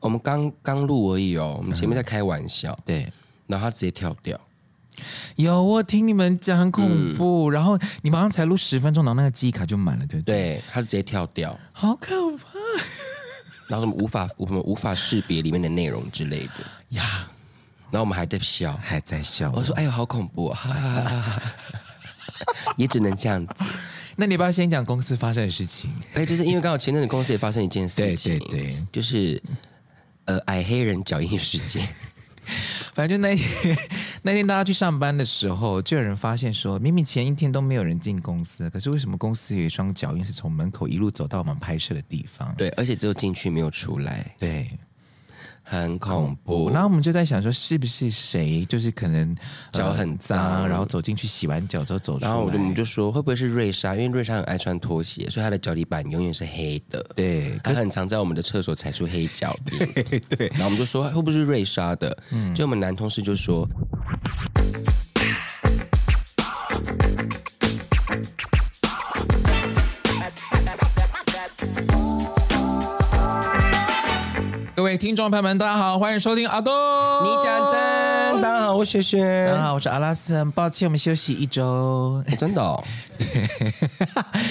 我们刚刚录而已哦，我们前面在开玩笑，嗯对，然后他直接跳掉，有我听你们讲很恐怖，然后你马上才录十分钟，然后那个记忆卡就满了，对不对？嗯对他直接跳掉，好可怕然后什么无法我们无法识别里面的内容之类的，呀！然后我们还在笑，还在笑，我说哎呦好恐怖、哦， 哈哈哈哈哈，也只能这样子。那你要不要先讲公司发生的事情？哎，就是因为刚好前阵子公司也发生一件事情，对对对就是呃矮黑人脚印事 件，反正就那一天， 那天大家去上班的时候，就有人发现说，明明前一天都没有人进公司，可是为什么公司有一双脚印是从门口一路走到我们拍摄的地方？对，而且只有进去没有出来，对，很恐怖。然后我们就在想说，是不是谁就是可能呃脚很脏脏，然后走进去洗完脚之后走出来，然后我就我们就说会不会是瑞莎？因为瑞莎很爱穿拖鞋，所以她的脚底板永远是黑的。对，她很常在我们的厕所踩出黑脚印。 对，嗯然后我们就说哎会不会是瑞莎的？就我们男同事就说，各位听众朋友们，大家好，欢迎收听阿东。你讲真，大家好，我是雪大家雪，好，我是阿拉斯，很抱歉我们休息一周。真的、 哦，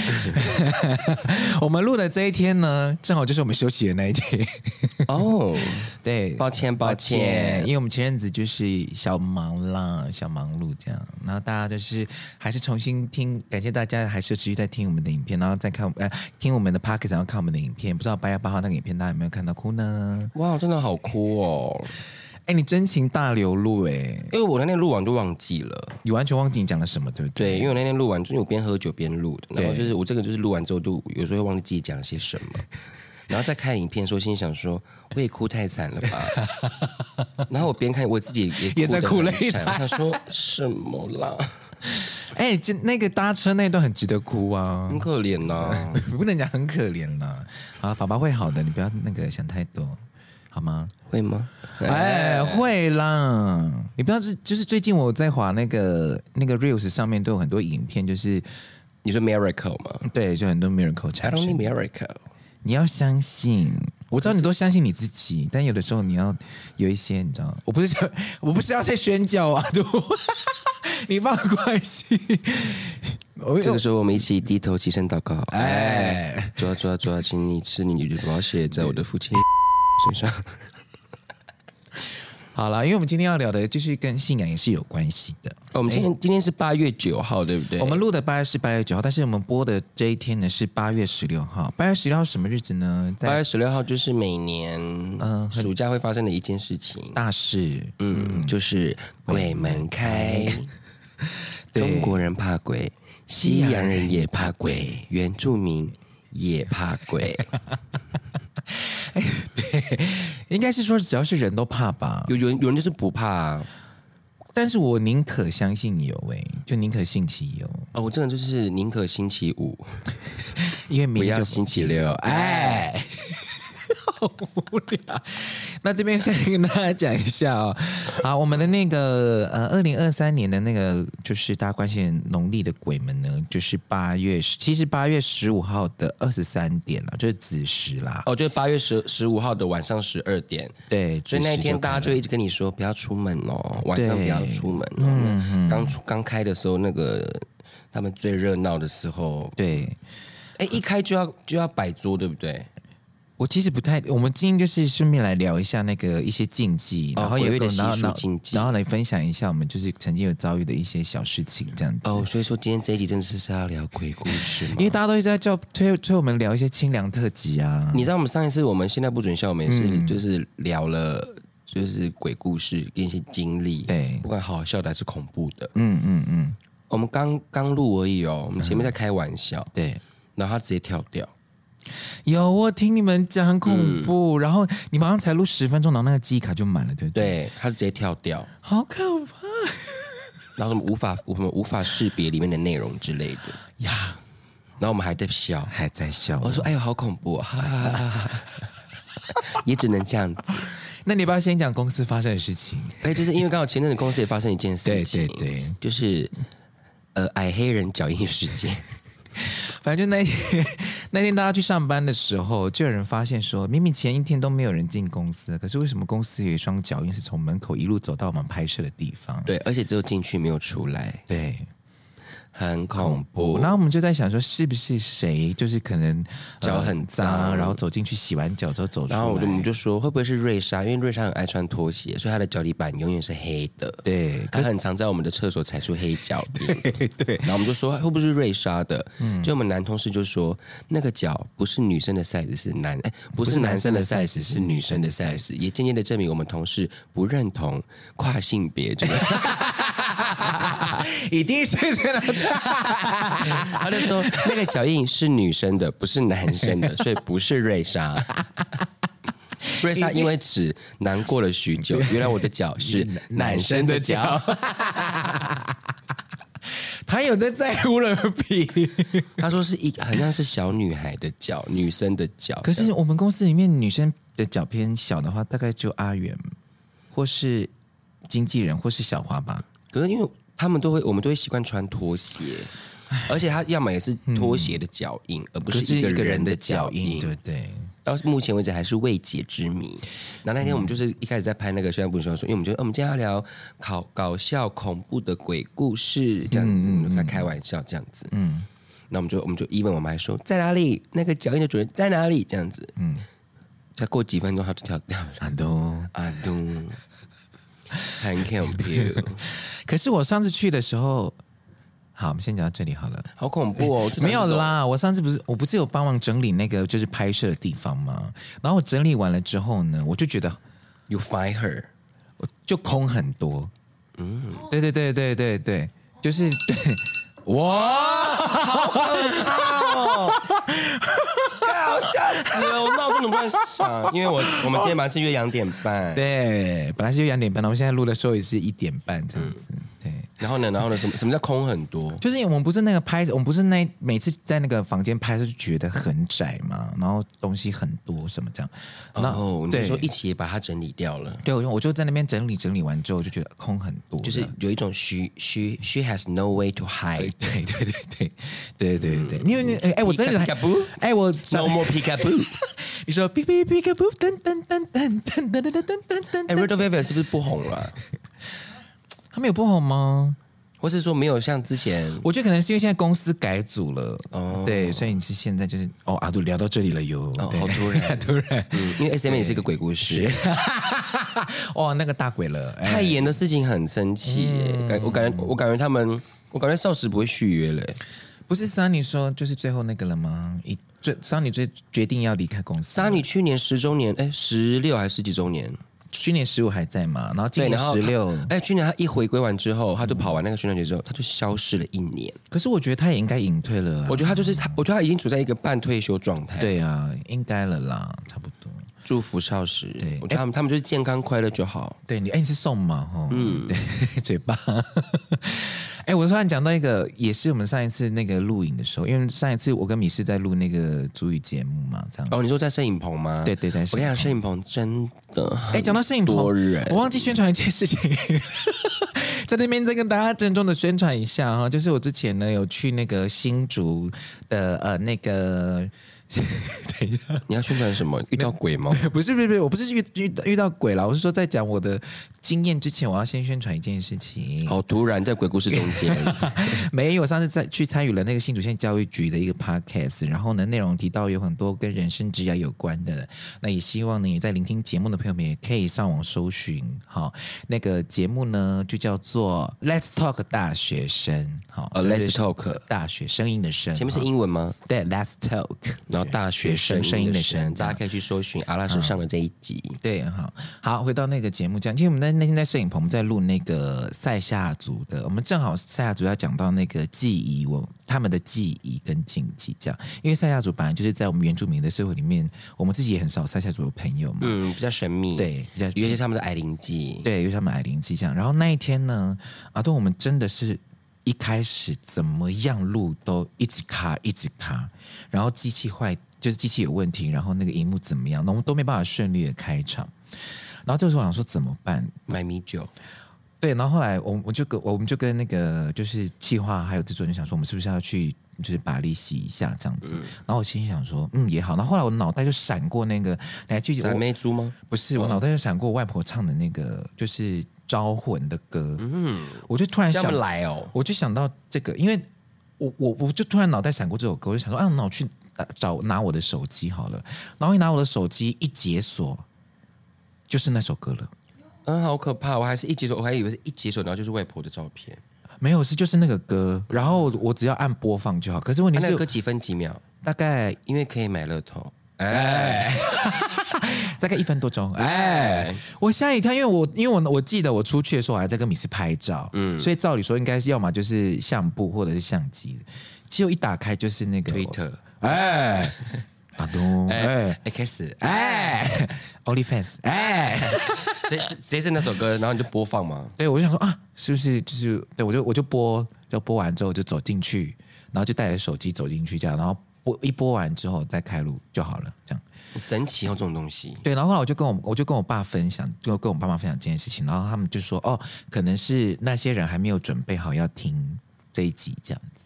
我们录的这一天呢，正好就是我们休息的那一天。哦， 对， 抱歉抱歉因为我们前阵子就是小忙啦，小忙碌这样，然后大家就是还是重新听，感谢大家还是持续在听我们的影片，然后再看呃听我们的 p o c k e t 然后看我们的影片，不知道八月八号那个影片大家有没有看到哭呢？哇，真的好哭哦，哎，你真情大流露哎，因为我那天录完就忘记了。你完全忘记你讲了什么，对不对？对，因为我那天录完，因为我边喝酒边录的，然后对就是我这个就是录完之后就有时候会忘记自己讲了些什么，然后再看影片的时候，心里想说我也哭太惨了吧，然后我边看我自己也也在哭得了很一惨，他说什么啦，哎，这那个搭车那段很值得哭啊 很，可怜呐、不能讲很可怜啦。好了，宝宝会好的，你不要那个想太多，好吗？会吗？哎，会啦！你不要是就是最近我在滑那个那个 reels 上面都有很多影片，就是你说 miracle 吗对，就很多 miracle ？I 产 don't 生 need。miracle。你要相信，我知道你都相信你自己，但有的时候你要有一些，你知道，我不是想，我不是要在宣教啊，对不？ 你放关系，我这个时候，我们一起低头起身祷告。哎，哎，主啊主啊主啊，请你吃你的保险，在我的父亲身上。好啦，因为我们今天要聊的就是跟信仰也是有关系的。哦我们今天今天是八月九号，对不对？我们录的八月是八月九号，但是我们播的这一天呢是八月十六号。八月十六号是什么日子呢？八在月十六号就是每年嗯暑假会发生的一件事情，大事。嗯，就是鬼门开。中国人怕鬼，西洋人也怕鬼，原住民也怕鬼，应该是说只要是人都怕吧。有有人有人就是不怕啊。但是我宁可相信有哎、就宁可信其有，哦，我这个人就是宁可星期五，因为明不天要就星期六。哎，哎。好无聊。那这边先跟大家讲一下哦， 好，我们的那个呃，二零二三年的那个就是大家关心的农历的鬼门呢，就是八月十，其实八月十五号的二十三点啦，就是子时啦。哦，就是八月十十五号的晚上十二点。对，所以那一子时天就大家就一直跟你说不要出门哦，晚上不要出门哦。刚出刚开的时候，那个他们最热闹的时候，对。哎，一开就要就要摆桌，对不对？我其实不太，我们今天就是顺便来聊一下那个一些禁忌，哦然后也鬼月有的习然后俗然后禁忌然后来分享一下我们就是曾经有遭遇的一些小事情这样子。哦，所以说今天这一集真的是是要聊鬼故事吗因？为大家都一直在叫催催我们聊一些清凉特辑啊，你知道我们上一次我们现在不准笑，我们也是就是聊了就是鬼故事跟一些经历，对不管好笑的还是恐怖的。嗯嗯嗯，我们刚刚录而已哦，我们前面在开玩笑，对，然后他直接跳掉，有我听你们讲很恐怖，然后你马上才录十分钟，然后那个记忆卡就满了，对不对？嗯对，对他直接跳掉。好可怕然后什么无法我们无法识别里面的内容之类的，呀！然后我们还在笑，还在笑，我说哎呦好恐怖、哦，哈哈哈哈哈，也只能这样子。那你要不要先讲公司发生的事情？哎，就是因为刚好前阵子公司也发生一件事对情，对对，就是呃矮黑人脚印事件，反正就那一天， 那天大家去上班的时候，就有人发现说，明明前一天都没有人进公司，可是为什么公司有一双脚印是从门口一路走到我们拍摄的地方？对，而且只有进去没有出来，对，很恐怖。然后我们就在想说，是不是谁就是可能呃脚很脏然后走进去洗完脚之后走出来，然后我们就说，会不会是瑞莎？因为瑞莎很爱穿拖鞋，所以她的脚底板永远是黑的。 对， 她很常在我们的厕所踩出黑 脚印。对，然后我们就说会不会是瑞莎的？就我们男同事就说，那个脚不是女生的 size，是男哎，不是男生的 size，是女生的 size，也渐渐的证明我们同事不认同跨性别这个。一定是这样。他就说那个脚印是女生的，不是男生的，所以不是瑞莎。 瑞莎因为此难过了许久，原来我的脚是 男生的脚。他有在在乎人品，他说是一好像是小女孩的脚，女生的脚。可是我们公司里面女生的脚偏小的话，大概就阿远，或是经纪人，或是小花吧。可是因为他们都会，我们都会习惯穿拖鞋，而且他要么也是拖鞋的脚印，而不嗯可是是一一个个人人的的脚脚印印，。对不对？到目前为止还是未解之谜。然后那天我们就是一开始在拍那个《宣传部的时候说，因为我们觉得、呃我们今天要聊搞搞笑恐怖的鬼故事这样嗯子，我们就跟他开玩笑这样子。嗯，那我们就我们就 even 我们还说在哪里，那个脚印的主人在哪里这样子。嗯，再过几分钟他就跳掉了。啊都。阿东，很恐怖，可是我上次去的时候，好，我们先讲到这里好了。好恐怖 哦！就没有，啦，我上次不是我不是有帮忙整理那个就是拍摄的地方吗？然后我整理完了之后呢，我就觉得 You find her，就空很多。嗯，对对对对对对，就是对。哇！好哎吓死了！我闹钟怎么乱响？因为我我们今天晚上是约两点半，对，本来是两点半，然后现在录的时候也是一点半这样子。对，然后呢，然后呢，什么什么叫空很多？就是我们不是那个拍，我们不是那每次在那个房间拍就觉得很窄嘛，然后东西很多什么这样。然哦，你对就说一起也把它整理掉了，对，我就我就在那边整理整理完之后，就觉得空很多，就就是是有一种 she she she has no way to hide。对对对对对对对对，因为你哎哎，我真的还 Peekaboo 哎我 No more peekaboo。你说哔哔哔个哔噔噔噔噔噔噔噔噔噔噔哎噔， ，Red o v e v e 是不是不红了？他们有不好吗？或是说没有像之前？我觉得可能是因为现在公司改组了，哦对，所以你是现在就是哦，阿杜聊到这里了哟，哦对好突然 突然，嗯，因为 S M 也是一个鬼故事，哦，那个大鬼了，哎，嗯太严的事情很生气耶。感我感觉我感觉他们，我感觉少时不会续约嘞。不是桑尼说就是最后那个了吗？一最桑尼最决定要离开公司，莎女去年十周年，哎，十六还是十几周年？去年十五还在嘛，然后今对，年然后十六，哎，去年他一回归完之后，他就跑完那个宣传节之后，他就消失了一年。可是我觉得他也应该隐退了啊、我觉得他就是他，我觉得他已经处在一个半退休状态。对啊，应该了啦，差不多。祝福少时。对哎我觉得他们、他们就是健康快乐就好。对你，哎，你是送嘛？哦，嗯，对， 嘴巴。哎，我突然讲到一个，也是我们上一次那个录影的时候，因为上一次我跟米氏在录那个足语节目嘛，这样。哦，你说在摄影棚吗？对对在我摄跟你影棚讲，摄影棚真的很哎，讲到摄影棚，多人我忘记宣传一件事情， 在那边再跟大家郑重的宣传一下哈，就是我之前呢有去那个新竹的呃那个，等一下。你要宣传什么？遇到鬼吗？不是不是不是，我不是遇遇遇到鬼了，我是说在讲我的经验之前，我要先宣传一件事情。好哦突然，在鬼故事中 间，没有，我上次在去参与了那个新竹县教育局的一个 podcast，然后呢，内容提到有很多跟人生职涯有关的，那也希望呢，也在聆听节目的朋友们也可以上网搜寻，好，那个节目呢就叫做 Let's Talk 大学生，好、呃，Let's Talk 大学声音的声，前面是哈英文吗？对 Let's Talk。然后大学生声音的嗯声大家可以去搜寻阿拉斯上的这一集。对，好好，回到那个节目这样，其实我们在那天在摄影棚，我们在录那个塞夏族的，我们正好塞夏族要讲到那个记忆，我他们的记忆跟禁忌这样，因为塞夏族本来就是在我们原住民的社会里面，我们自己也很少塞夏族的朋友嘛，嗯，比较神秘。对，比较尤其是他们的矮灵记。对，因为他们矮灵机这样。然后那一天呢，阿东我们真的是一开始怎么样录都一直卡，一直卡，然后机器坏，就是机器有问题，然后那个荧幕怎么样，那我们都没办法顺利的开场。然后这时候我想说怎么办？买米酒，对，然后后来我我就跟我们就跟那个就是企划还有制作人想说，我们是不是要去就是把力洗一下这样子。然后我心里想说，嗯，也好。然后后来我脑袋就闪过那个，你还记得咱我妹猪吗？不是，我脑袋就闪过我外婆唱的那个，就是招魂的歌。嗯，我就突然这想样来哦，我就想到这个，因为我我我就突然脑袋闪过这首歌，我就想说，啊，那我去打找拿我的手机好了。然后一拿我的手机一解锁，就是那首歌了。嗯，好可怕！我还是一解锁，我还以为是一解锁，然后就是外婆的照片。没有，是就是那个歌，然后我只要按播放就好。可是问啊题那是，个歌几分几秒？大概因为可以买乐透。哎，大概一分多钟，哎哎，我吓一跳，因为我因为我我记得我出去的时候，我还在跟米斯拍照，嗯，所以照理说应该是要么就是相簿或者是相机，结果一打开就是那个推，特，哎，阿东，哎 哎，哎，开始，哎，哎，OnlyFans，哎，谁是谁是那首歌？然后你就播放嘛。对我就想说啊，是不是就是对我就我就播，就播完之后就走进去，然后就带着手机走进去这样，然后播一播完之后再开录就好了，这样。神奇哦，这种东西。对，然后后来我就跟我我就跟我爸分享，就跟我爸妈分享这件事情，然后他们就说哦，可能是那些人还没有准备好要听这一集这样子。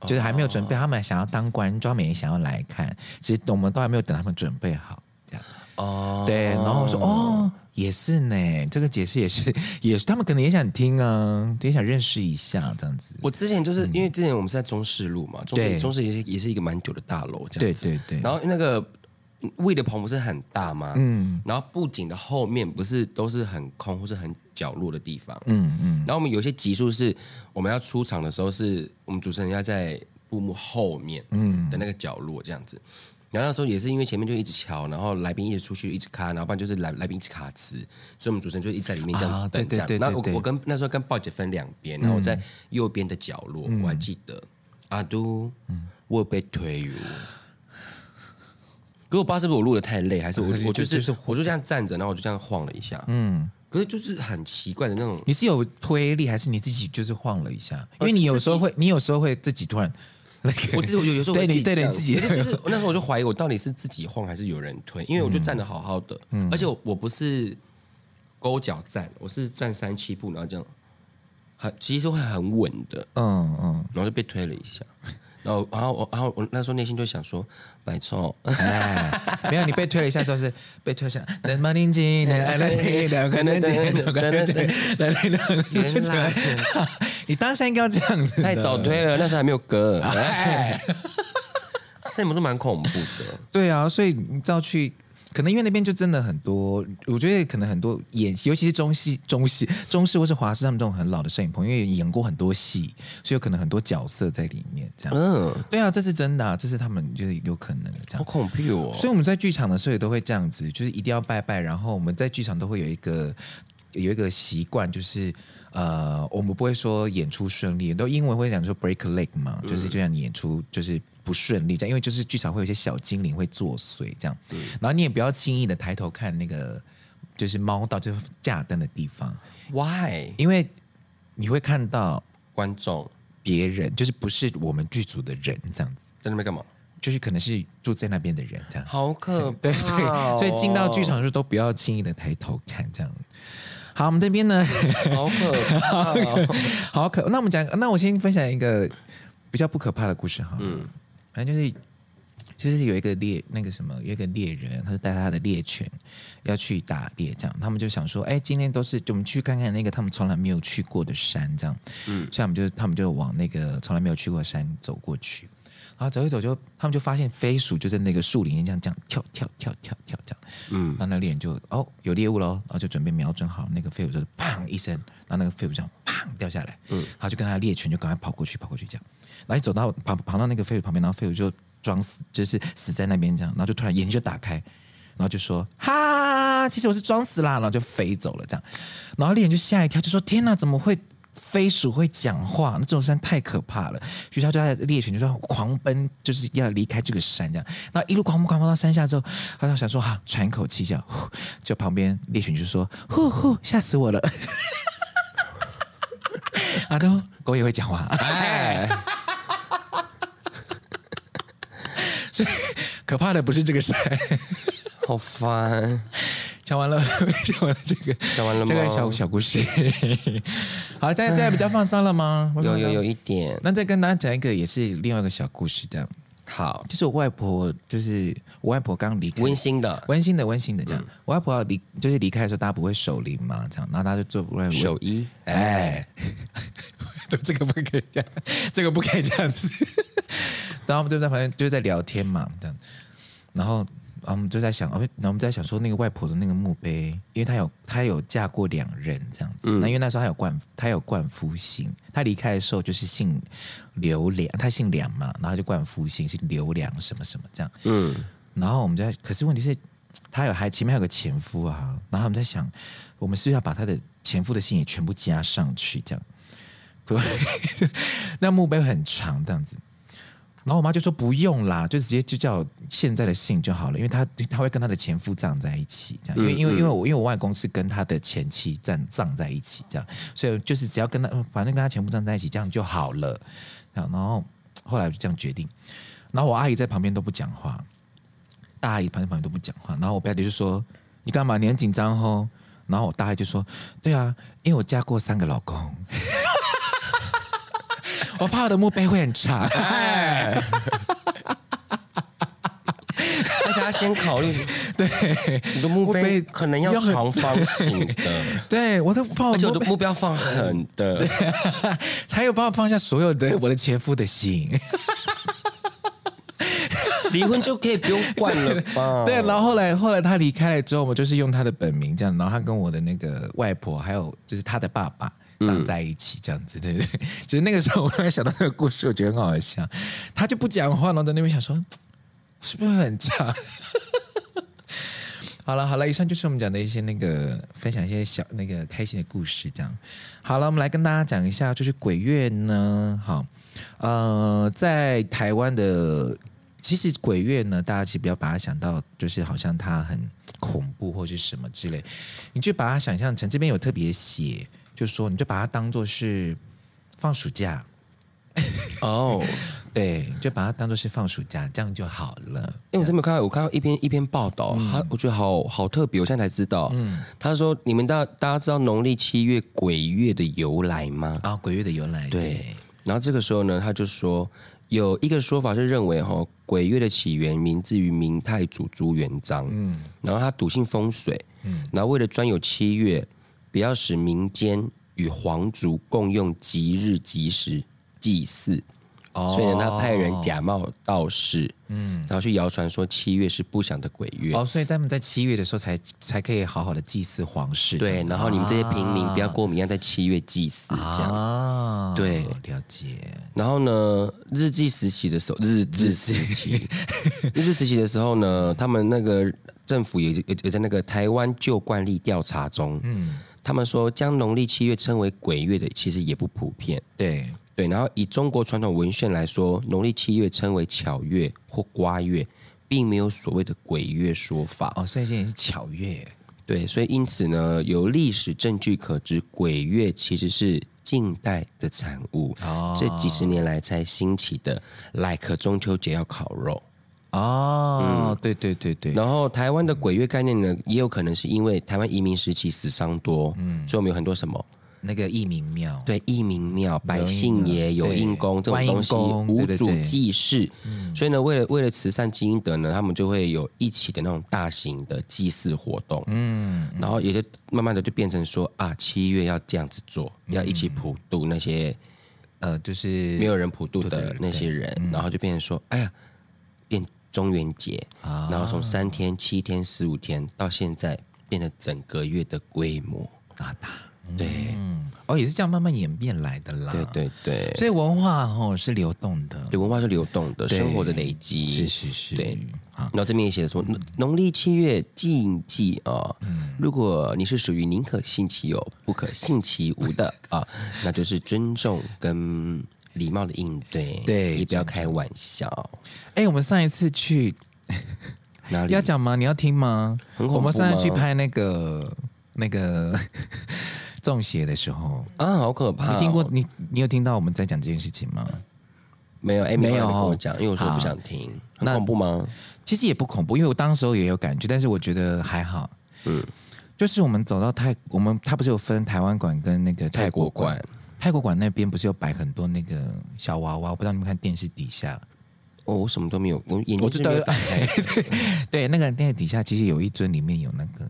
哦就是还没有准备，他们想要当观众，他们也想要来看。其实我们都还没有等他们准备好，这样哦，对。然后我说哦，也是呢，这个解释也是，也是他们可能也想听啊，也想认识一下这样子。我之前就是因为之前我们是在中市路嘛，中嗯对市中市也是也是一个蛮久的大楼这对样子。对对，然后那个魏的棚不是很大吗？嗯。然后布景的后面不是都是很空或是很角落的地方。嗯嗯，然后我们有些集数是我们要出场的时候是，我们主持人要在布幕后面嗯的那个角落这样子。然后那时候也是因为前面就一直敲，然后来宾一直出去一直卡，然后不然就是来来宾一直卡词，所以我们主持人就一直在里面这样啊等对这对样。对那对我对我跟那时候跟鲍姐分两边，然后我在右边的角落，我还记得阿都，嗯我有被推哟。可我不知道是不是我录的太累，还是我还是我就、就是就是我就这样站着，然后我就这样晃了一下，嗯，可是就是很奇怪的那种你是有推力还是你自己就是晃了一下？因为你有时候会，你有时候会自己突然那个， 我自己有有时候对我你这对样你自己可是就是那时候我就怀疑我到底是自己晃还是有人推，因为我就站的好好的，嗯而且我我不是勾脚站，我是站三七步，然后这样，很其实会很稳的，嗯嗯，然后就被推了一下，然后然后我然后我那时候内心就想说，白错， 哎，没有，你被推了一下之后是被推了一下，能吗？宁静，哎能能能能能能能能能能， 你当下应该要这样子，太早。推了，那时候还没有歌， 哎，什么都蛮恐怖的。对啊，所以你知道去。可能因为那边就真的很多，我觉得可能很多演，尤其是中戏、中戏、中式或是华师他们这种很老的摄影棚，因为演过很多戏，所以有可能很多角色在里面。这样，嗯，对啊，这是真的、啊，这是他们就是有可能的这好样。恐怖哦！所以我们在剧场的时候也都会这样子，就是一定要拜拜，然后我们在剧场都会有一个有一个习惯，就是呃，我们不会说演出顺利，都英文会讲说 break a leg 嘛，嗯就是就像你演出就是不顺利这样，因为就是剧场会有一些小精灵会作祟这样，然后你也不要轻易的抬头看那个就是猫到就是架灯的地方， why 因为你会看到观众别人，就是不是我们剧组的人这样子。在那边干嘛？就是可能是住在那边的人这样。好可怕、哦！对，所以所以进到剧场的时候都不要轻易的抬头看这样。好，我们这边呢，哦好可怕、好可，那我们讲，那我先分享一个比较不可怕的故事好了。反正就是就是有一个猎那个什么，有一个猎人，他就带他的猎犬要去打猎，这样他们就想说，哎，今天都是就我们去看看那个他们从来没有去过的山，这样，嗯，所以我们就他们就往那个从来没有去过的山走过去。然后走一走就，他们就发现飞鼠就在那个树林间这样这样跳跳跳跳跳这样，嗯，然后那猎人就哦有猎物喽，然后就准备瞄准好那个飞鼠，就是砰一声，然后那个飞鼠这样砰掉下来，嗯，然后就跟他的猎犬就赶快跑过去跑过去这样，然后一走到跑跑到那个飞鼠旁边，然后飞鼠就装死，就是死在那边这样，然后就突然眼睛就打开，然后就说哈，其实我是装死啦，然后就飞走了这样，然后猎人就吓一跳，就说天哪，怎么会？飞鼠会讲话，那这种山太可怕了。于是他就在猎犬就说狂奔，就是要离开这个山这样。然后一路狂奔狂奔到山下之后，他就想说哈、啊喘一口气这样，呼就旁边猎犬就说呼呼，吓死我了。啊，都狗也会讲话， 哎，所以可怕的不是这个山。 好烦！讲完了，讲完了这个，讲完了吗这个小小故事。 好，大家大家比较放松了吗？有有有。一点那再跟大家讲一个，也是另外一个小故事的，好就是我外婆，就是我外婆刚离开，温馨嗯的温馨的温馨的这样。我外婆要离，就是离开的时候，大家不会守灵嘛，这样，然后大家就做不会手艺，哎， 这个不可以这样，这个不可以这样子。 然后我们就在旁边就在聊天嘛，这样。然后，然后我们就在想，哦，然后我们在想说那个外婆的那个墓碑，因为她有她有嫁过两任这样子。那、因为那时候她有冠她有冠夫姓，她离开的时候就是姓刘良，她姓梁嘛，然后她就冠夫姓是刘良什么什么这样。嗯，然后我们就在，可是问题是，她有还前面还有个前夫啊，然后我们在想，我们是不是要把她的前夫的姓也全部加上去这样。可 那墓碑很长这样子，然后我妈就说不用啦，就直接就叫现在的姓就好了，因为她她会跟她的前夫葬在一起，这样，因为因为因为我因为我外公是跟他的前妻葬葬在一起，这样，所以就是只要跟他反正跟他前夫葬在一起，这样就好了，这样，然后后来我就这样决定，然后我阿姨在旁边都不讲话，大阿姨旁边旁边都不讲话，然后我表姐就说你干嘛？你很紧张哦。然后我大姨就说：“对啊，因为我嫁过三个老公， 我怕我的墓碑会很长。”哎 而且他先考虑， 对你的墓墓碑碑可能要要很，长方形的对，我都帮我而且我哦墓的碑目标放狠的， 才有帮我放下所有的我的前夫的 心。离婚就可以不用管了吧？ 对，然后后来后来他离开了之后，我们就是用他的本名这样，然后他跟我的那个外婆还有就是他的爸爸。长在一起这样子，对不 对？就是那个时候，我突然想到那个故事，我觉得很好笑。他就不讲话，然后在那边想说， 嘖是不是很长？好了好了，以上就是我们讲的一些那个分享一些小那个开心的故事，这样。好了，我们来跟大家讲一下，就是鬼月呢，好，呃，在台湾的其实鬼月呢，大家其实不要把它想到就是好像它很恐怖或是什么之类，你就把它想象成这边有特别写，就说你就把它当做是放暑假，哦，对，你就把它当做是放暑假，这样就好了。因为哎我真没有看到，我看到一篇一篇报道，嗯他我觉得好好特别，我现在才知道。他说你们大大家知道农历七月鬼月的由来吗？啊，鬼月的由来，对，然后这个时候呢，他就说有一个说法是认为哈、鬼月的起源名自于明太祖朱元璋，嗯，然后他笃信风水，嗯，然后为了专有七月，不要使民间与皇族共用吉日吉时祭祀，哦所以呢，他派人假冒道士，嗯，然后去谣传说七月是不祥的鬼月。哦，所以他们在七月的时候才才可以好好的祭祀皇室，对，啊然后你们这些平民不要啊跟我们一样在七月祭祀这样。啊，对了解，然后呢，日记时期的时候，日治时期，日治时期的时候呢，他们那个政府也也也在那个台湾旧惯例调查中，嗯，他们说将农历七月称为鬼月的，其实也不普遍。对，对，然后以中国传统文献来说，农历七月称为巧月或瓜月，并没有所谓的鬼月说法。哦，所以这也是巧月，对，所以因此呢，有历史证据可知，鬼月其实是近代的产物，哦这几十年来才兴起的，like 中秋节要烤肉。嗯哦，对对对对，然后台湾的鬼月概念呢，也有可能是因为台湾移民时期死伤多，嗯，所以我们有很多什么那个义民庙，对义民庙、百姓爷、有应公这种观音东西，宫无对对主对嗯祭祀，所以呢，为了为了慈善积阴德呢，他们就会有一起的那种大型的祭祀活动，嗯，然后也就慢慢的就变成说啊，七月要这样子做，要一起普渡那些呃，就是没有人普渡的那些人，嗯然后就变成说，哎呀，变中元节，啊然后从三天、七天、十五天到现在，变得整个月的规模。大大，对，嗯，哦，也是这样慢慢演变来的啦，对，对对，所以文化哦是流动的，对文化是流动的，生活的累积是是是，对啊，然后这边也写说，农农历七月禁忌啊，嗯如果你是属于宁可信其有，不可信其无 的啊，那就是尊重跟礼貌的应对，对也不要开玩笑。哎，我们上一次去哪里要？讲吗？你要听吗？很恐怖吗我们上次去拍那个那个 中邪的时候，啊，好可怕哦！你听过你你有听到我们在讲这件事情吗？没有？哎，没有没有哦跟我讲，因为我说我不想听，很恐怖吗？其实也不恐怖，因为我当时候也有感觉，但是我觉得还好。嗯，就是我们走到泰，我们它不是有分台湾馆跟那个泰国泰馆国？泰国馆那边不是有摆很多那个小娃娃？我不知道你们看电视底下，哦，我什么都没有，我眼睛我知道是没有打开 对，那个那个底下其实有一尊里面有那个，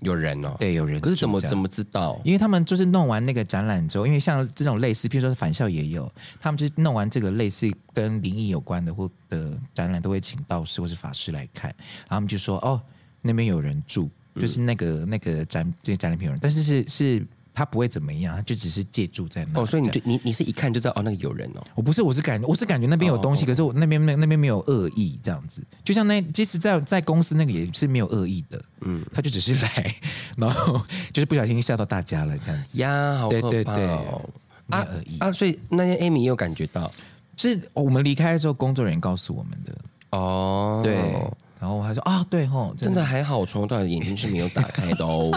有人哦。对，有人。可是怎么怎么？么知道？因为他们就是弄完那个展览之后，因为像这种类似，譬如说返校也有，他们就是弄完这个类似跟灵异有关的或的展览，都会请道士或是法师来看，然后他们就说哦，那边有人住，就是那个、那个展这个展览品有人，但是是是他不会怎么样，他就只是借住在那。哦，所以你这样就你你是一看就知道哦，那个有人哦。我不是，我是感我是感觉那边有东西，可是我那边那那边没有恶意这样子。就像那即使在在公司那个也是没有恶意的，嗯，他就只是来， 然后就是不小心吓到大家了这样子。呀，好对可对怕对哦！没有啊恶意啊，所以那天 Amy 也有感觉到是哦我们离开的时候，工作人员告诉我们的。哦，对，然后我还说啊，对吼，真真的的还好，我从头到尾眼睛是没有打开的 哦，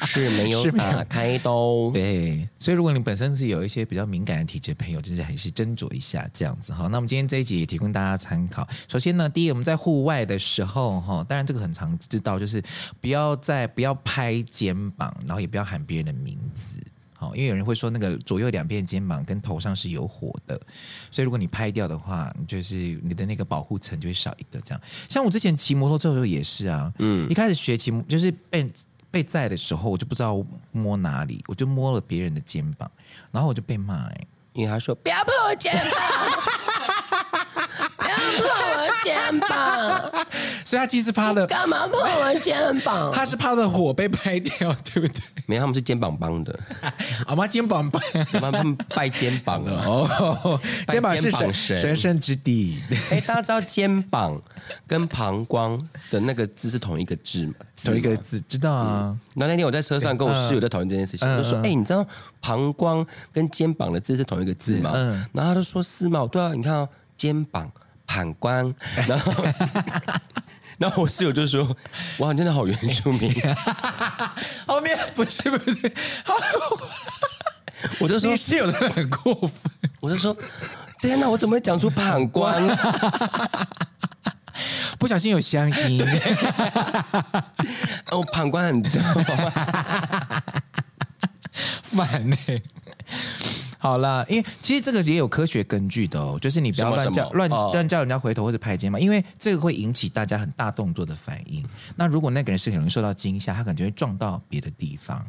是没有是没有打开的哦。对。所以如果你本身是有一些比较敏感的体质的朋友，就是还是斟酌一下这样子哈。那我们今天这一集也提供大家参考。首先呢，第一，我们在户外的时候哈，当然这个很常知道，就是不要在不要拍肩膀，然后也不要喊别人的名字。好，因为有人会说那个左右两边的肩膀跟头上是有火的，所以如果你拍掉的话，你就是你的那个保护层就会少一个。这样，像我之前骑摩托车的时候也是啊，嗯，一开始学骑摩就是被被载的时候，我就不知道摸哪里，我就摸了别人的肩膀，然后我就被骂、欸，因为他说不要碰我肩膀， 不要碰我肩膀，所以他其实怕的， 干嘛碰我肩膀？他是怕的火被拍掉，对不对？ 没有，他们是肩膀帮的，阿妈肩膀吧，他们他们拜肩膀啊 了。哦，拜肩膀是肩膀神神神圣之地，哎，大家知道肩膀跟膀胱的那个字是同一个字吗？有一个字知道啊。然后那天我在车上跟我室友在讨论这件嗯事情，我就说：“哎、你知道膀胱跟肩膀的字是同一个字吗？”嗯然后他就说：“是吗？”我对啊，你看、哦、肩膀、膀 胱，然后然后我室友就说：“哇，你真的好原住民。嗯后面不是不是，好，”我就说你室友真的很过分。：“我就说，天哪，我怎么会讲出膀胱？ 啊不小心有乡音，哦，膀胱很多。 烦呢、好啦，因为其实这个也有科学根据的哦，就是你不要乱叫什么什么乱哦乱叫人家回头或者拍肩膀，因为这个会引起大家很大动作的反应。那如果那个人是很容易受到惊吓，他可能就会撞到别的地方，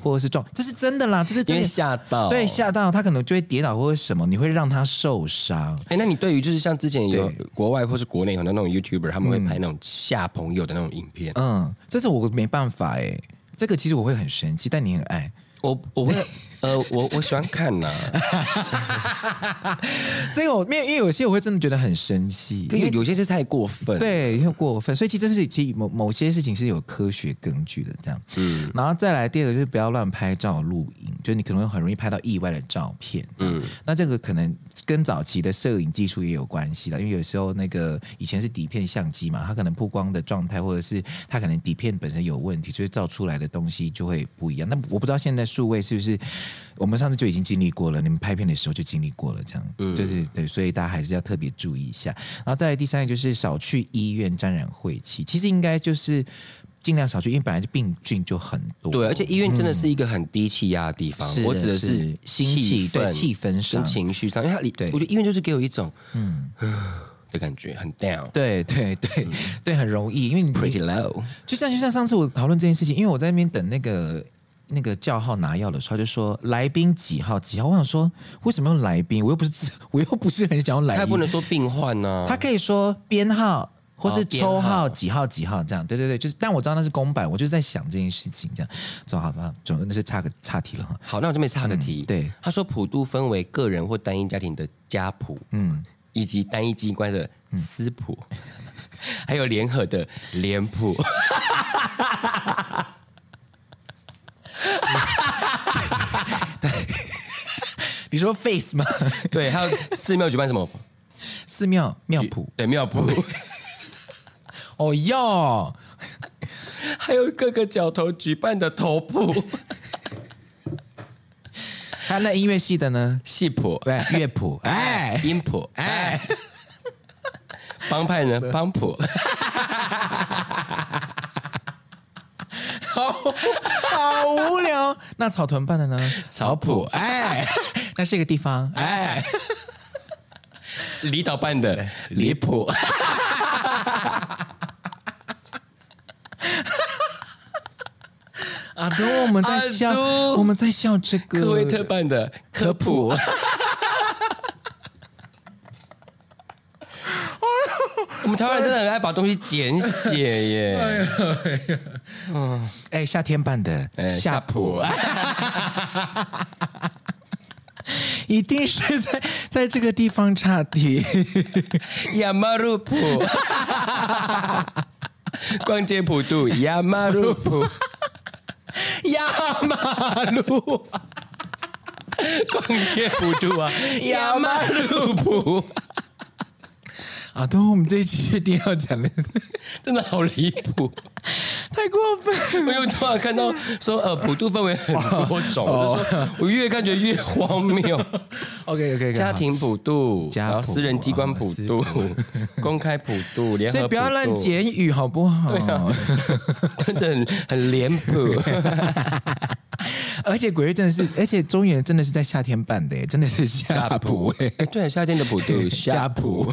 或者是撞，这是真的啦，这是真因为的吓到对，吓到他可能就会跌倒或者什么，你会让他受伤。哎、那你对于就是像之前有国外或是国内很多那种 YouTuber，他们会拍那种吓朋友的那种影片，嗯，这是我没办法哎、这个其实我会很生气，但你很爱。我我会呃，我我喜欢看 呐、这个我面，因为有些我会真的觉得很生气，可有有些是太过分。，对，因为过分，所以其实这是其实某某些事情是有科学根据的，这样。嗯，然后再来第二个就是不要乱拍照录影，就是你可能会很容易拍到意外的照片。嗯，那这个可能跟早期的摄影技术也有关系啦，因为有时候那个以前是底片相机嘛，它可能曝光的状态或者是它可能底片本身有问题，所以照出来的东西就会不一样。那我不知道现在数位是不是我们上次就已经经历过了，你们拍片的时候就经历过了，这样，嗯就是对，所以大家还是要特别注意一下。然后再来第三个就是少去医院沾染晦气，其实应该就是尽量少去，因为本来就病菌就很多，对，而且医院真的是一个很低气压的地方。是的我指的是是心气气对氛气氛上跟情绪上，因为它里，对我觉得医院就是给我一种嗯的感觉，很 down。对对对、对，很容易，因为你嗯 Pretty low，就像就像上次我讨论这件事情，因为我在那边等那个那个叫号拿药的时候，他就说来宾几号几号，我想说为什么用来宾？我又不是 我又不是很想要来他也宾不，能说病患啊呢、他可以说编号。或哦是编抽号号几号几号这样，对对对，就是，但我知道那是公版，我就是在想这件事情这样，总好吧，总那是差个差题了哈。好，那我这边插个题、嗯对，他说普渡分为个人或单一家庭的家谱，嗯，以及单一机关的私谱， 还有联合的联谱。你说 face 吗？ 对，还有 寺庙举办什么寺庙庙谱？ 对，庙谱，哦哟，还有各个角头举办的头谱、还有那音乐系的呢？戏谱、对，乐谱，哎音谱，哎，帮派呢帮谱。好好无聊。那草屯办的呢？草埔哎，那是一个地方，哎，离岛办的离谱，啊，等我们在笑阿，都我们在笑这个科威特办的科普，我们台湾人真的很爱把东西简写耶，哎，夏天办的哎夏普，一定是在在这个地方岔题。亚马路普，逛街普渡亚马路普，压马路，逛街普渡啊亚马路普， 啊，对，我们这一期一定要讲的，真的好离谱。太过分 了。我有突然看到说，呃，普渡分为很多种，哦我就说我越看觉得越荒 谬。 OK OK OK，家庭普渡，家然后普啊私人机关普渡，公开普渡，联合所以不要普渡乱，简语好不好？对啊， 真的很很脸谱。 而且鬼月真的是，而且中原真的是在夏天办的耶，真的是夏普哎，哎，对，夏天的普 渡，夏普，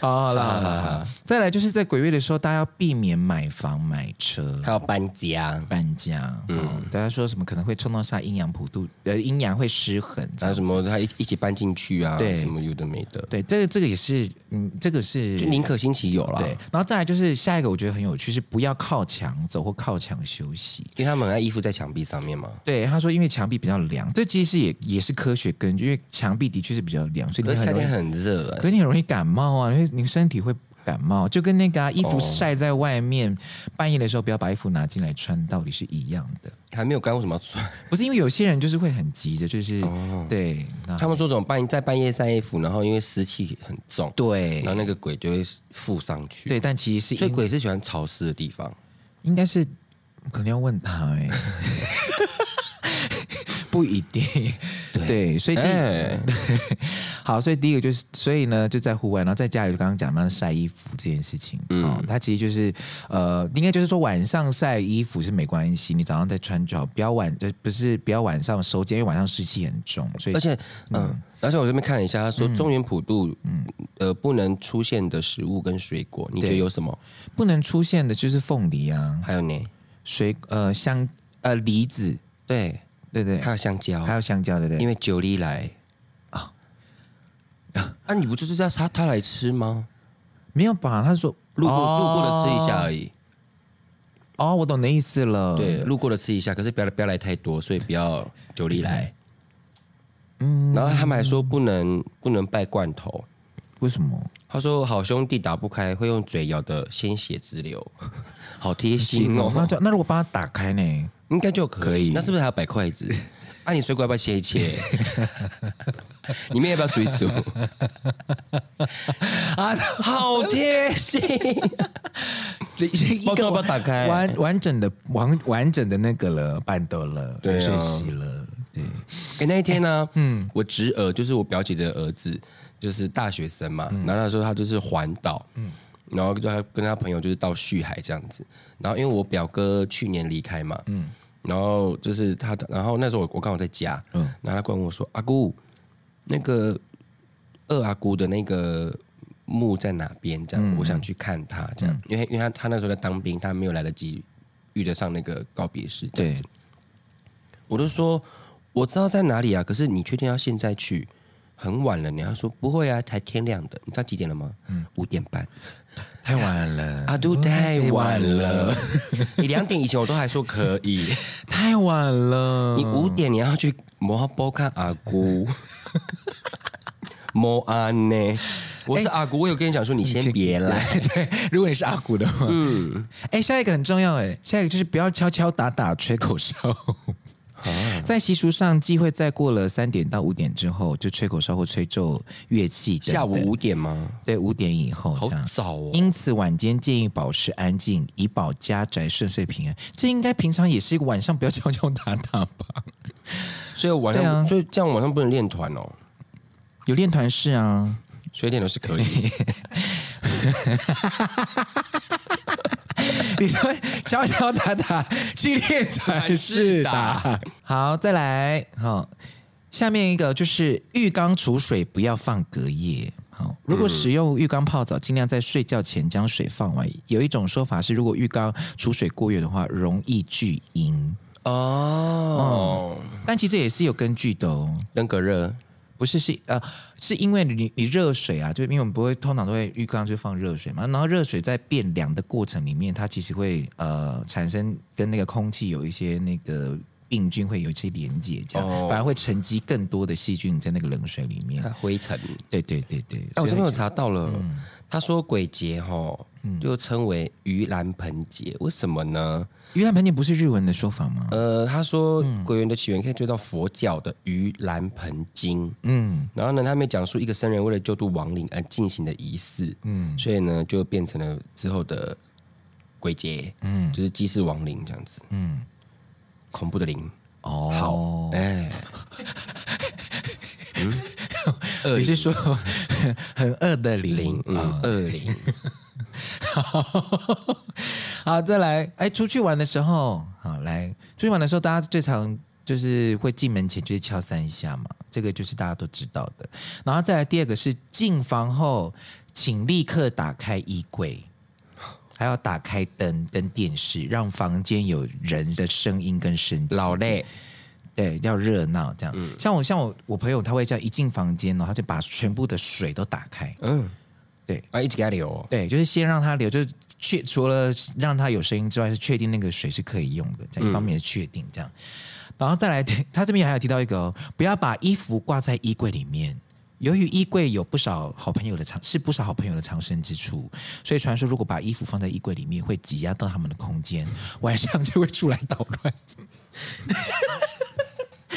好 好啦，好啦，好啊啦再来就是在鬼月的时候，大家要避免买房买车。还有搬家，搬家，嗯，大家说什么可能会冲动下阴阳普渡，呃，阴阳会失衡，这还有样什么他一一起搬进去啊，对什么有的没的，对，这个这个也是，嗯，这个是就宁可信其有啦。对，然后再来就是下一个，我觉得很有趣，是不要靠墙走或靠墙休息。因为他们很爱依附在墙壁上面嘛。对，他说因为墙壁比较凉，这其实也也是科学根据，因为墙壁的确是比较凉，所以可你是很夏容易天，很热，哎可是你很容易感冒啊，因为你身体会感冒，就跟那个啊、衣服晒在外面，半夜的时候不要把衣服拿进来穿，道理是一样的。还没有干，为什么要穿？ 不是因为有些人就是会很急着，就是、对，那他们说这种半在半夜晒衣服，然后因为湿气很重，对然后那个鬼就会附上去。对，，但其实是所以因鬼是喜欢潮湿的地方。应该是可能要问他哎、 不一定。对，所以第、哎， 好，所以第一个就是，所以呢就在户外，然后在家里就刚刚讲到晒衣服这件事情，嗯、哦，它其实就是呃，应该就是说晚上晒衣服是没关系，你早上再穿就好，不要晚就不是不要晚上收肩，因为晚上湿气很重，所以而且，嗯，而且我这边看了一下，他说中原普渡，呃，不能出现的食物跟水果，你觉得有什么？不能出现的就是凤梨啊，还有呢？水呃香呃梨子，对，对对，还有香蕉还，有香蕉，对不对？因为九里来啊，啊，你不就是叫他他来吃吗？没有吧？他说路过路过的吃一下已。而已，哦，我懂你的意思了。对，，路过的吃一下，可是不要不要来太多，所以不要九里来。嗯，然后他们还说不能不能拜罐头，为什么？他说：“好兄弟打不开，会用嘴咬的鲜血直流，好贴心哦，那哦，就那如果帮他打 开呢？应该就可以。那是不是还要摆筷子？啊，你水果要不要切一切？你们要不要煮一煮？啊，好贴心！这一包装要不要打开完完整的完完整的那个了，办到了，对啊学习了，对，哎，那一天呢、嗯，我侄儿就是我表姐的儿子，就是大学生嘛，然后那时候他就是环岛，嗯。”然后就他跟他朋友就是到旭海这样子，然后因为我表哥去年离开嘛，嗯，然后就是他，然后那时候我我刚好在家，嗯，然后他过来问我说：“阿姑，那个二阿姑的那个墓在哪边？”这样，我想去看他，这样，因为因为他他那时候在当兵，他没有来得及遇得上那个告别式，这样子。我就说我知道在哪里啊，可是你确定要现在去？很晚了，你要说不会啊，才天亮的，你知道几点了吗？嗯，五点半。太晚了，阿杜太晚了， 你两点以前我都还说可以，太晚了，你五点你要去摩波看阿姑，摩安呢？我是阿姑，我有跟你讲说哎你先别来， 对，如果你是阿古的话，嗯，哎，下一个很重要，哎，下一个就是不要敲敲打打、吹口哨。啊 在习俗上，忌讳在过了三点到五点之后，就吹口哨或吹奏乐器等等。下午五点吗？对五点以后好这样。早哦，因此，晚间建议保持安静，以保家宅顺遂平安。这应该平常也是一个晚上不要敲敲打打吧？所以我晚对啊上所以这样晚上不能练团哦，有练团式啊， 所以练团是可以， 你都会敲敲打打，去练才是打。好，再来，好、下面一个就是浴缸储水不要放隔夜。好，如果使用浴缸泡澡，尽量在睡觉前将水放完。有一种说法是，如果浴缸储水过夜的话，容易聚阴，哦，但其实也是有根据的哦。登革热，不是是呃，是因为你你热水啊，就因为我们不会通常都会浴缸就放热水嘛，然后热水在变凉的过程里面，它其实会呃产生跟那个空气有一些那个病菌会有一些连接，这样、哦嗯反而会沉积更多的细菌在那个冷水里面还。灰尘。对对对对，哎，我所以这边有查到了，他说鬼节哈，又称为盂兰盆节，为什么呢？盂兰盆节不是日文的说法吗？呃，他说鬼园的起源可以追到佛教的盂兰盆经。嗯然后呢，他们讲述一个僧人为了救度亡灵而进行的仪式，嗯所以呢，就变成了之后的鬼节，嗯就是祭祀亡灵这样子，嗯，恐怖的灵。哦，哎，你是说 很饿的灵灵，嗯，恶灵，好，再来，哎，出去玩的时候，好来，出去玩的时候，大家最常就是会进门前就是敲三下嘛，这个就是大家都知道的。然后再来第二个是进房后，请立刻打开衣柜。还要打开灯跟电视，让房间有人的声音跟声音。老累，对，要热闹这样。像我像我我朋友，他会叫一进房间，哦然后就把全部的水都打开。嗯，对啊，一直给他流哦，对，就是先让它流，就是确除了让它有声音之外，是确定那个水是可以用的，这样一方面是确定这样，然后再来， 他这边还有提到一个、哦，不要把衣服挂在衣柜里面。由于衣柜有不少好朋友的藏，是不少好朋友的藏身之处，所以传说如果把衣服放在衣柜里面，会挤压到他们的空间，晚上就会出来捣乱。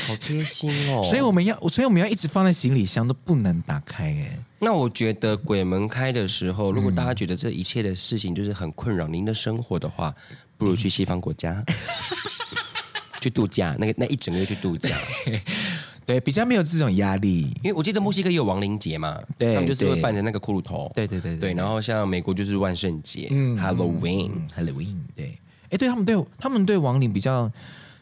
好贴心哦。所以我们要，所以我们要一直放在行李箱，都不能打开、哎，那我觉得鬼门开的时候，如果大家觉得这一切的事情就是很困扰您的生活的话，不如去西方国家 去度假，那个那一整个月去度假。对，比较没有这种压力。因为我记得墨西哥也有亡灵节嘛，对他们就是会对扮成那个骷髅头，对对对对对。然后像美国就是万圣节、h a l l o w e e n 嗯，Halloween，对，哎，对他们对他们对亡灵比较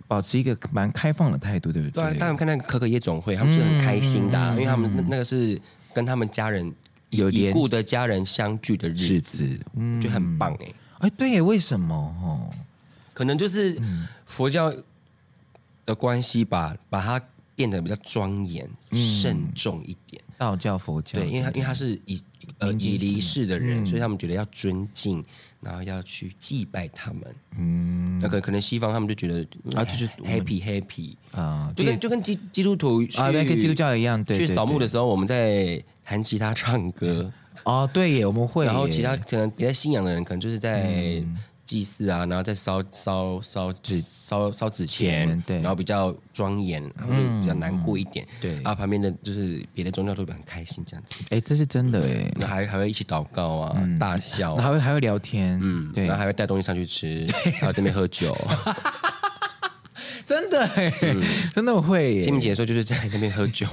保持一个蛮开放的态度，对不对对？啊，他们看那个可可夜总会，他们是很开心的啊、因为他们那那个是跟他们家人有已连故的家人相聚的日日子，子，嗯，就很棒哎、哎，对耶，为什么？哦，可能就是嗯佛教的关系吧，把它变得比较庄严、嗯慎重一点。道教、佛教，对，因为他因为他是以呃民间以离信嗯世的人，所以他们觉得要尊敬，然后要去祭拜他们。嗯那可可能西方他们就觉得啊，就是 happy happy，啊，就跟就跟基基督徒去啊，对，跟基督教一样，对，去对扫墓的对时候，我们在弹吉他唱歌，哦，对耶，我们会耶，然后其他可能比较信仰的人，可能就是在嗯祭祀啊，然后再烧烧烧纸烧烧纸钱钱，对嗯然后比较庄严，然后就比较难过一点，对啊，旁边的就是别的宗教都会很开心这样子，哎，这是真的哎，然后还还会一起祷告啊，大笑嗯啊。然后还会还会聊天，嗯，对然，后还会带东西上去吃，还有这边喝 酒。真的哎，嗯真的会清耶，明节的时候就是在那边喝 酒，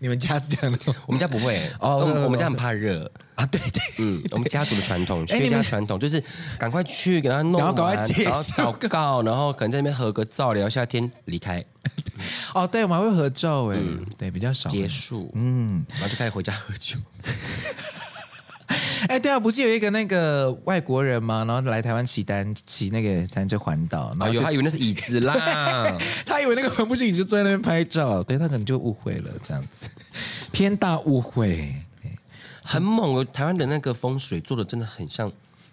你们家是这样 的吗我们家不会哦哦，我们哦我们家很怕热，啊？对对，嗯，我们家族的传统，哎你薛们家传统就是赶快去给他弄然后完，赶快结然后束祷 告，然后可能在那边合个照，聊一下天，离嗯开， 哦，对，我们还会合照哎，嗯对，比较少结束，嗯，然后就开始回家喝 酒。哎，对啊，不是有一个那个外国人吗？然后来台湾骑单骑那个单车环岛，然哎后呦，就、他以为那是椅子 啦，他以为那个帆布是一直坐在那边拍照，对他可能就误会了，这样子 偏大误会。很猛哦！台湾的那个风水做的真的很像，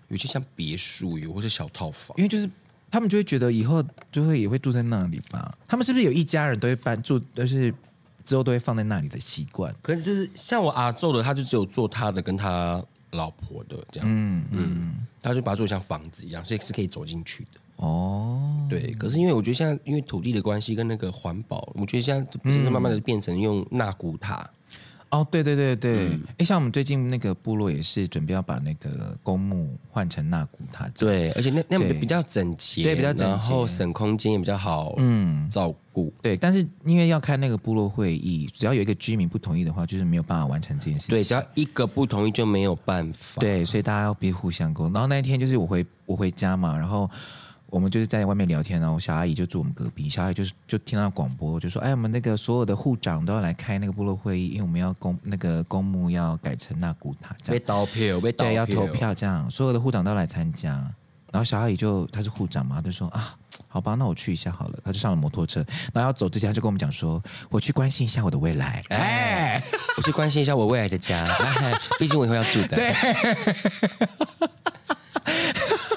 有些像别墅有或是小套房。因为就是他们就会觉得以后就会也会住在那里吧？他们是不是有一家人都会搬住，就是之后都会放在那里的习惯？可能就是像我阿昼的，他就只有做他的跟他老婆的这样，嗯嗯，他就把它做得像房子一样，所以是可以走进去的。哦，对，可是因为我觉得现在因嗯为土地的关系跟那个环保，我觉得现在不是慢慢的变成用纳古塔，哦，对对对对，嗯哎、像我们最近那个部落也是准备要把那个公墓换成纳古塔这样，对，而且那那对样比较整齐，对比较整然后洁省空间也比较好，嗯，照顾。对，但是因为要开那个部落会议，只要有一个居民不同意的话，就是没有办法完成这件事情。对，只要一个不同意就没有办法。，对，所以大家要彼此互相沟通。然后那一天就是我回我回家嘛，然后我们就是在外面聊天，然后小阿姨就住我们隔壁，小阿姨就是就听到广播就说：“哎，我们那个所有的护长都要来开那个部落会议，因为我们要公那个公墓要改成纳古塔这被样，倒票，被倒对，要投票这样，所有的护长都要来参加。”然后小阿姨就她是护长嘛，她就说啊，好吧，那我去一下好了。她就上了摩托车，然后要走之前她就跟我们讲说，我去关心一下我的未来。哎， 我去关心一下我未来的家， 毕竟我以后要住的。对。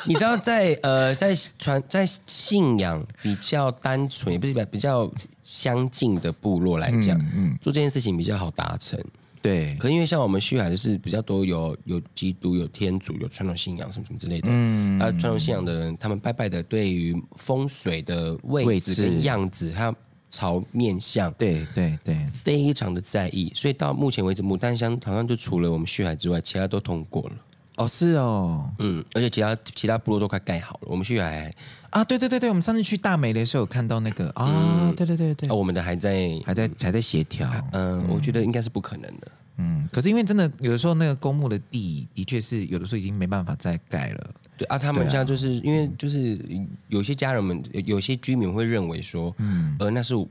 你知道在呃，在传在信仰比较单纯，也不是比比较相近的部落来讲，做这件事情比较好达成。嗯对，可因为像我们旭海就是比较多有有基督、有天主、有传统信仰什么什么之类的。嗯，那传统信仰的人，他们拜拜的对于风水的位位置置跟样子，还有朝面向，对对对，非常的在意，所以到目前为止，牡丹香好像就除了我们旭海之外，其他都通过了。哦是哦，嗯，而且其他其他部落都快盖好了，我们旭海，啊，对对对对，我们上次去大美的时候有看到那个啊，对对对对，呃，我们的还在，还在还在协调，嗯、我觉得应该是不可能的。嗯，可是因为真的有的时候那个公墓的地的确是有的时候已经没办法再盖了，对啊，嗯他们家就是、因为就是有些家人们，有有些居民会认为说，嗯，呃，那是我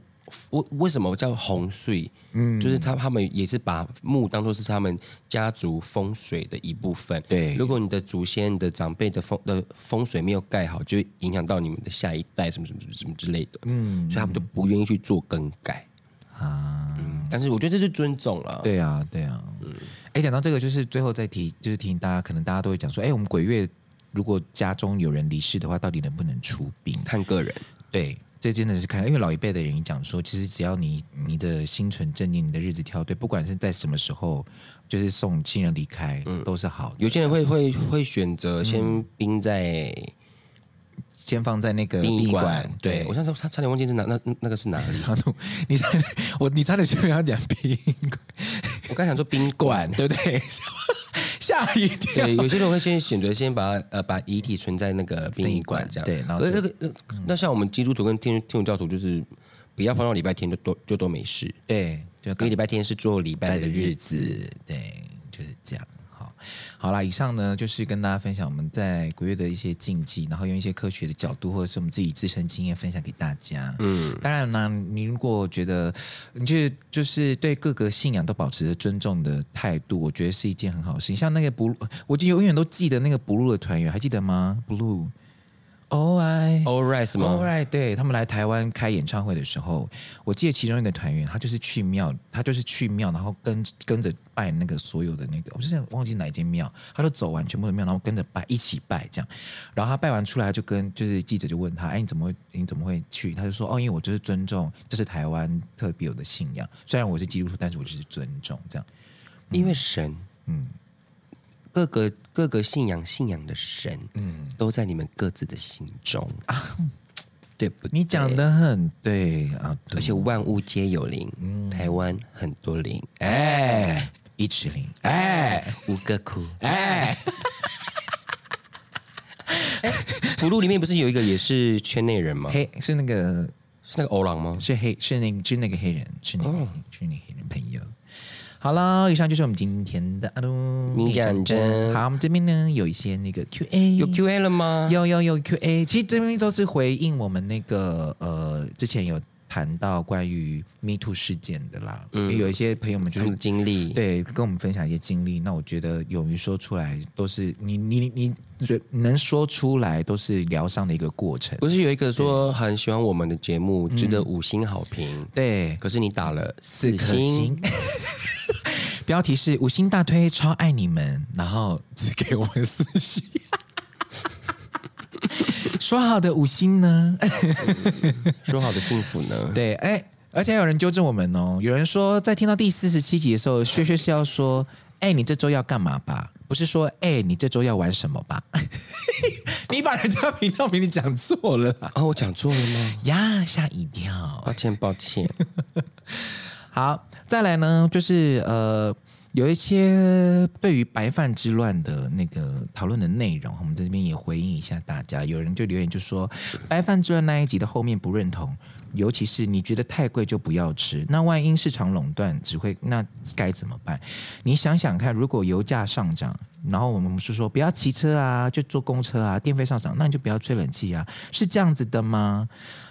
为为什么叫洪水？嗯，就是他他们也是把墓当做是他们家族风水的一部分。对如果你的祖先、你的长辈的风的风水没有盖好，就会影响到你们的下一代，什么什么什么什么之类的。嗯，所以他们都不愿意去做更改。嗯啊，但是我觉得这是尊重了。对啊对啊，哎，讲到这个就是最后再提，就是提醒大家，可能大家都会讲说，哎，我们鬼月如果家中有人离世的话，到底能不能出殡？啊看个人。对，这真的是看，因为老一辈的人讲说，其实只要你你的心存正念，你的日子挑对，不管是在什么时候，就是送亲人离开，都是好的。有些人会会会选择先冰在先放在那个殡殡仪仪馆呃馆，。对对我，上次差差点忘记是哪那那那个是 哪里。然后你差点，我你差点就要讲殡仪 我刚想说宾馆馆，。对不对？ 吓一跳。对，有些人会先选择先把呃把遗体存在那个殡仪馆这样。对然后可是就那个那那像我们基督徒跟天天主教徒就是不要放到礼拜天就都就都没事，对，就因跟为礼拜天是做礼拜拜的的日日子。子，对，就是这样。好，好啦，以上呢就是跟大家分享我们在鬼月的一些禁忌，然后用一些科学的角度，或者是我们自己自身经验分享给大家。嗯，当然呢，你如果觉得你就是就是对各个信仰都保持着尊重的态度，我觉得是一件很好的事情。像那个 blue，我就永远都记得那个 blue 的团员，还记得吗？blue。O I All right 是 All 吗？ right，对他们来台湾开演唱会的时候，我记得其中一个团员，他就是去庙，他就是去庙，然后跟跟着拜那个所有的那个，我现在忘记哪一间庙，他就走完全部的庙，然后跟着拜，一起拜这样。然后他拜完出来，他就跟就是记者就问他，哎，你怎么会你怎么会去？他就说，哦，因为我就是尊重，这是台湾特别有的信仰，虽然我是基督徒，但是我就是尊重这样。因为神，嗯，各个各个信仰信仰的神，嗯，都在你们各自的心中啊，对不对？你讲的很对啊，对嗯而且万物皆有灵，台湾很多灵，哎，一尺零，哎五个窟。哎。葫芦里面不是有一个也是圈内人吗？黑是那个是那个欧郎吗？是黑是那个是那个黑人是那个、哦是那个黑人朋友。好啦，以上就是我们今天的阿鲁你讲真好，我们这边呢有一些那个 Q&A，有 Q A 了吗？有有有 Q&A，其实这边都是回应我们那个呃之前有谈到关于 Me Too 事件的啦，嗯因为有一些朋友们就他们是的经历，对，跟我们分享一些经历。那我觉得勇于说出来，都是你你你你能说出来，都是疗伤的一个过程。不是有一个说很喜欢我们的节目，嗯值得五星好评，对，可是你打了四四颗星星，。 标题是五星大推，超爱你们，然后 只给我们四星。 说好的五星呢？ 说好的幸福呢？对，哎，而且还有人纠正我们哦，有人说在听到第四十七集的时候，薛薛是要说，哎，你这周要干嘛吧？不是说，哎，你这周要玩什么吧？ 你把人家频道名字讲错了啦啊，我讲错了吗？呀，吓一跳。抱歉，抱歉。好，再来呢，就是呃，有一些对于白饭之乱的那个讨论的内容，我们在这边也回应一下大家。有人就留言就说，白饭之乱那一集的后面不认同，尤其是你觉得太贵就不要吃。那万一市场垄断，只会那该怎么办？你想想看，如果油价上涨。然后我们是说不要骑车啊，就坐公车啊，电费上涨，那你就不要吹冷气啊，是这样子的吗？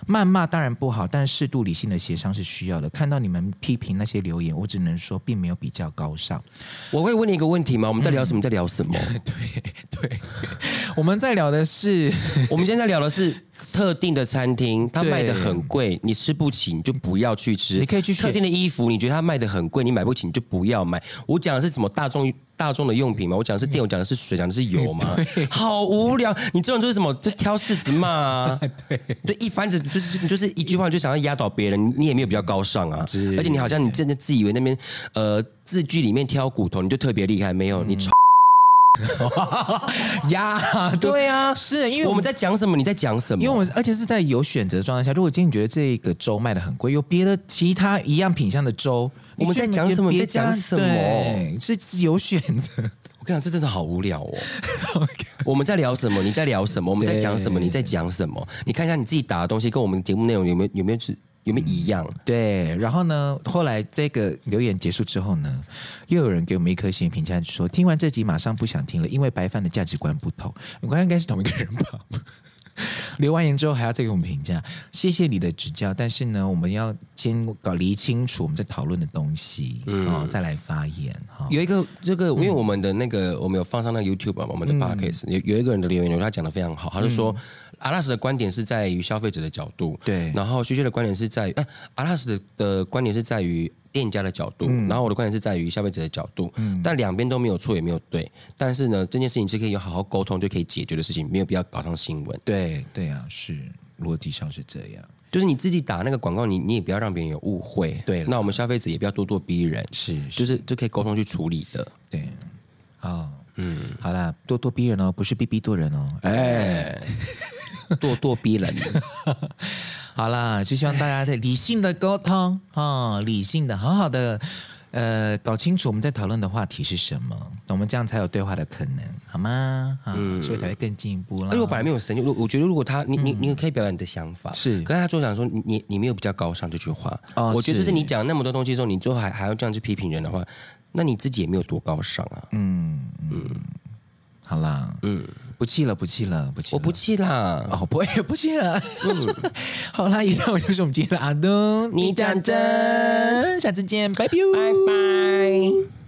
谩骂当然不好，但适度理性的协商是需要的。看到你们批评那些留言，我只能说并没有比较高尚。我会问你一个问题吗？我们在聊嗯什么？在聊什么？对， 我们在聊的是， 我们今天在聊的是特定的餐厅，它对卖的很贵，你吃不起你就不要去吃。你可以去选特定的衣服，你觉得它卖的很贵，你买不起你就不要买。我讲的是什么大众大众的用品嘛？我讲的是电，我讲的是水，讲的是油 嘛？好无聊！你这种就是什么？就挑柿子骂 啊！对，就一翻子就是你就是一句话你就想要压倒别人，你你也没有比较高尚啊。而且你好像你真的自以为那边呃字句里面挑骨头你就特别厉害，没有嗯你吵。呀，对啊，是因为我我们们在。在讲什么？你在讲什么？因为我们而且是在有选择的状态下，如果今天你觉得这个粥卖的很贵，有别的其他一样品相的粥，我们在你去讲什么你别在讲家什么对是有选择我跟你讲，这真的好无聊哦。我们在聊什么？你在聊什么？我们在讲什么？你在讲什么？你看一下你自己打的东西跟我们节目内容有没有有没有是有没有一样？对，然后呢，后来这个留言结束之后呢，又有人给我们一颗星评价说，听完这集马上不想听了，因为白饭的价值观不同。我刚刚应该是同一个人吧。 留完言之后还要再给我们评价，谢谢你的指教，但是呢，我们要先搞理清楚我们在讨论的东西，嗯、哦，再来发言哈。有一个这个，因为我们的那个我们有放上那个 YouTube 嘛，我们的 Podcast、有有一个人的留言，他讲的非常好，他就说、阿拉斯的观点是在于消费者的角度，对然后薛薛的观点是在于，啊、阿拉斯的的观点是在于。店家的角度，嗯然后我的观点是在于消费者的角度，但两边都没有错也没有对，但是呢，这件事情是可以有好好沟通就可以解决的事情，没有必要搞上新闻。对对啊，是逻辑上是这样，就是你自己打那个广告，你你也不要让别人有误会。对了那我们消费者也不要咄咄逼人，是就是就可以沟通去处理的。对，哦，嗯，好啦，咄咄逼人哦，不是逼逼多人哦，哎， 咄咄逼人， 好啦，就希望大家的理性的沟通哦，理性的，好好的，呃，搞清楚我们在讨论的话题是什么，我们这样才有对话的可能，好吗？啊，嗯所以才会更进一步因啦为。我本来没有神经，我我觉得如果他你你你可以表达你的想法，嗯是可是他就想说你你你没有比较高尚这句话，哦我觉得就是是你讲那么多东西之后，你最后还还要这样去批评人的话，那你自己也没有多高尚啊。嗯好啦，嗯，不气了，不气了，不气了，我不嗯气啦，哦，不 会，不气了。 好啦，以上就是我们今天的阿东，你讲真，下次见，拜拜，拜拜。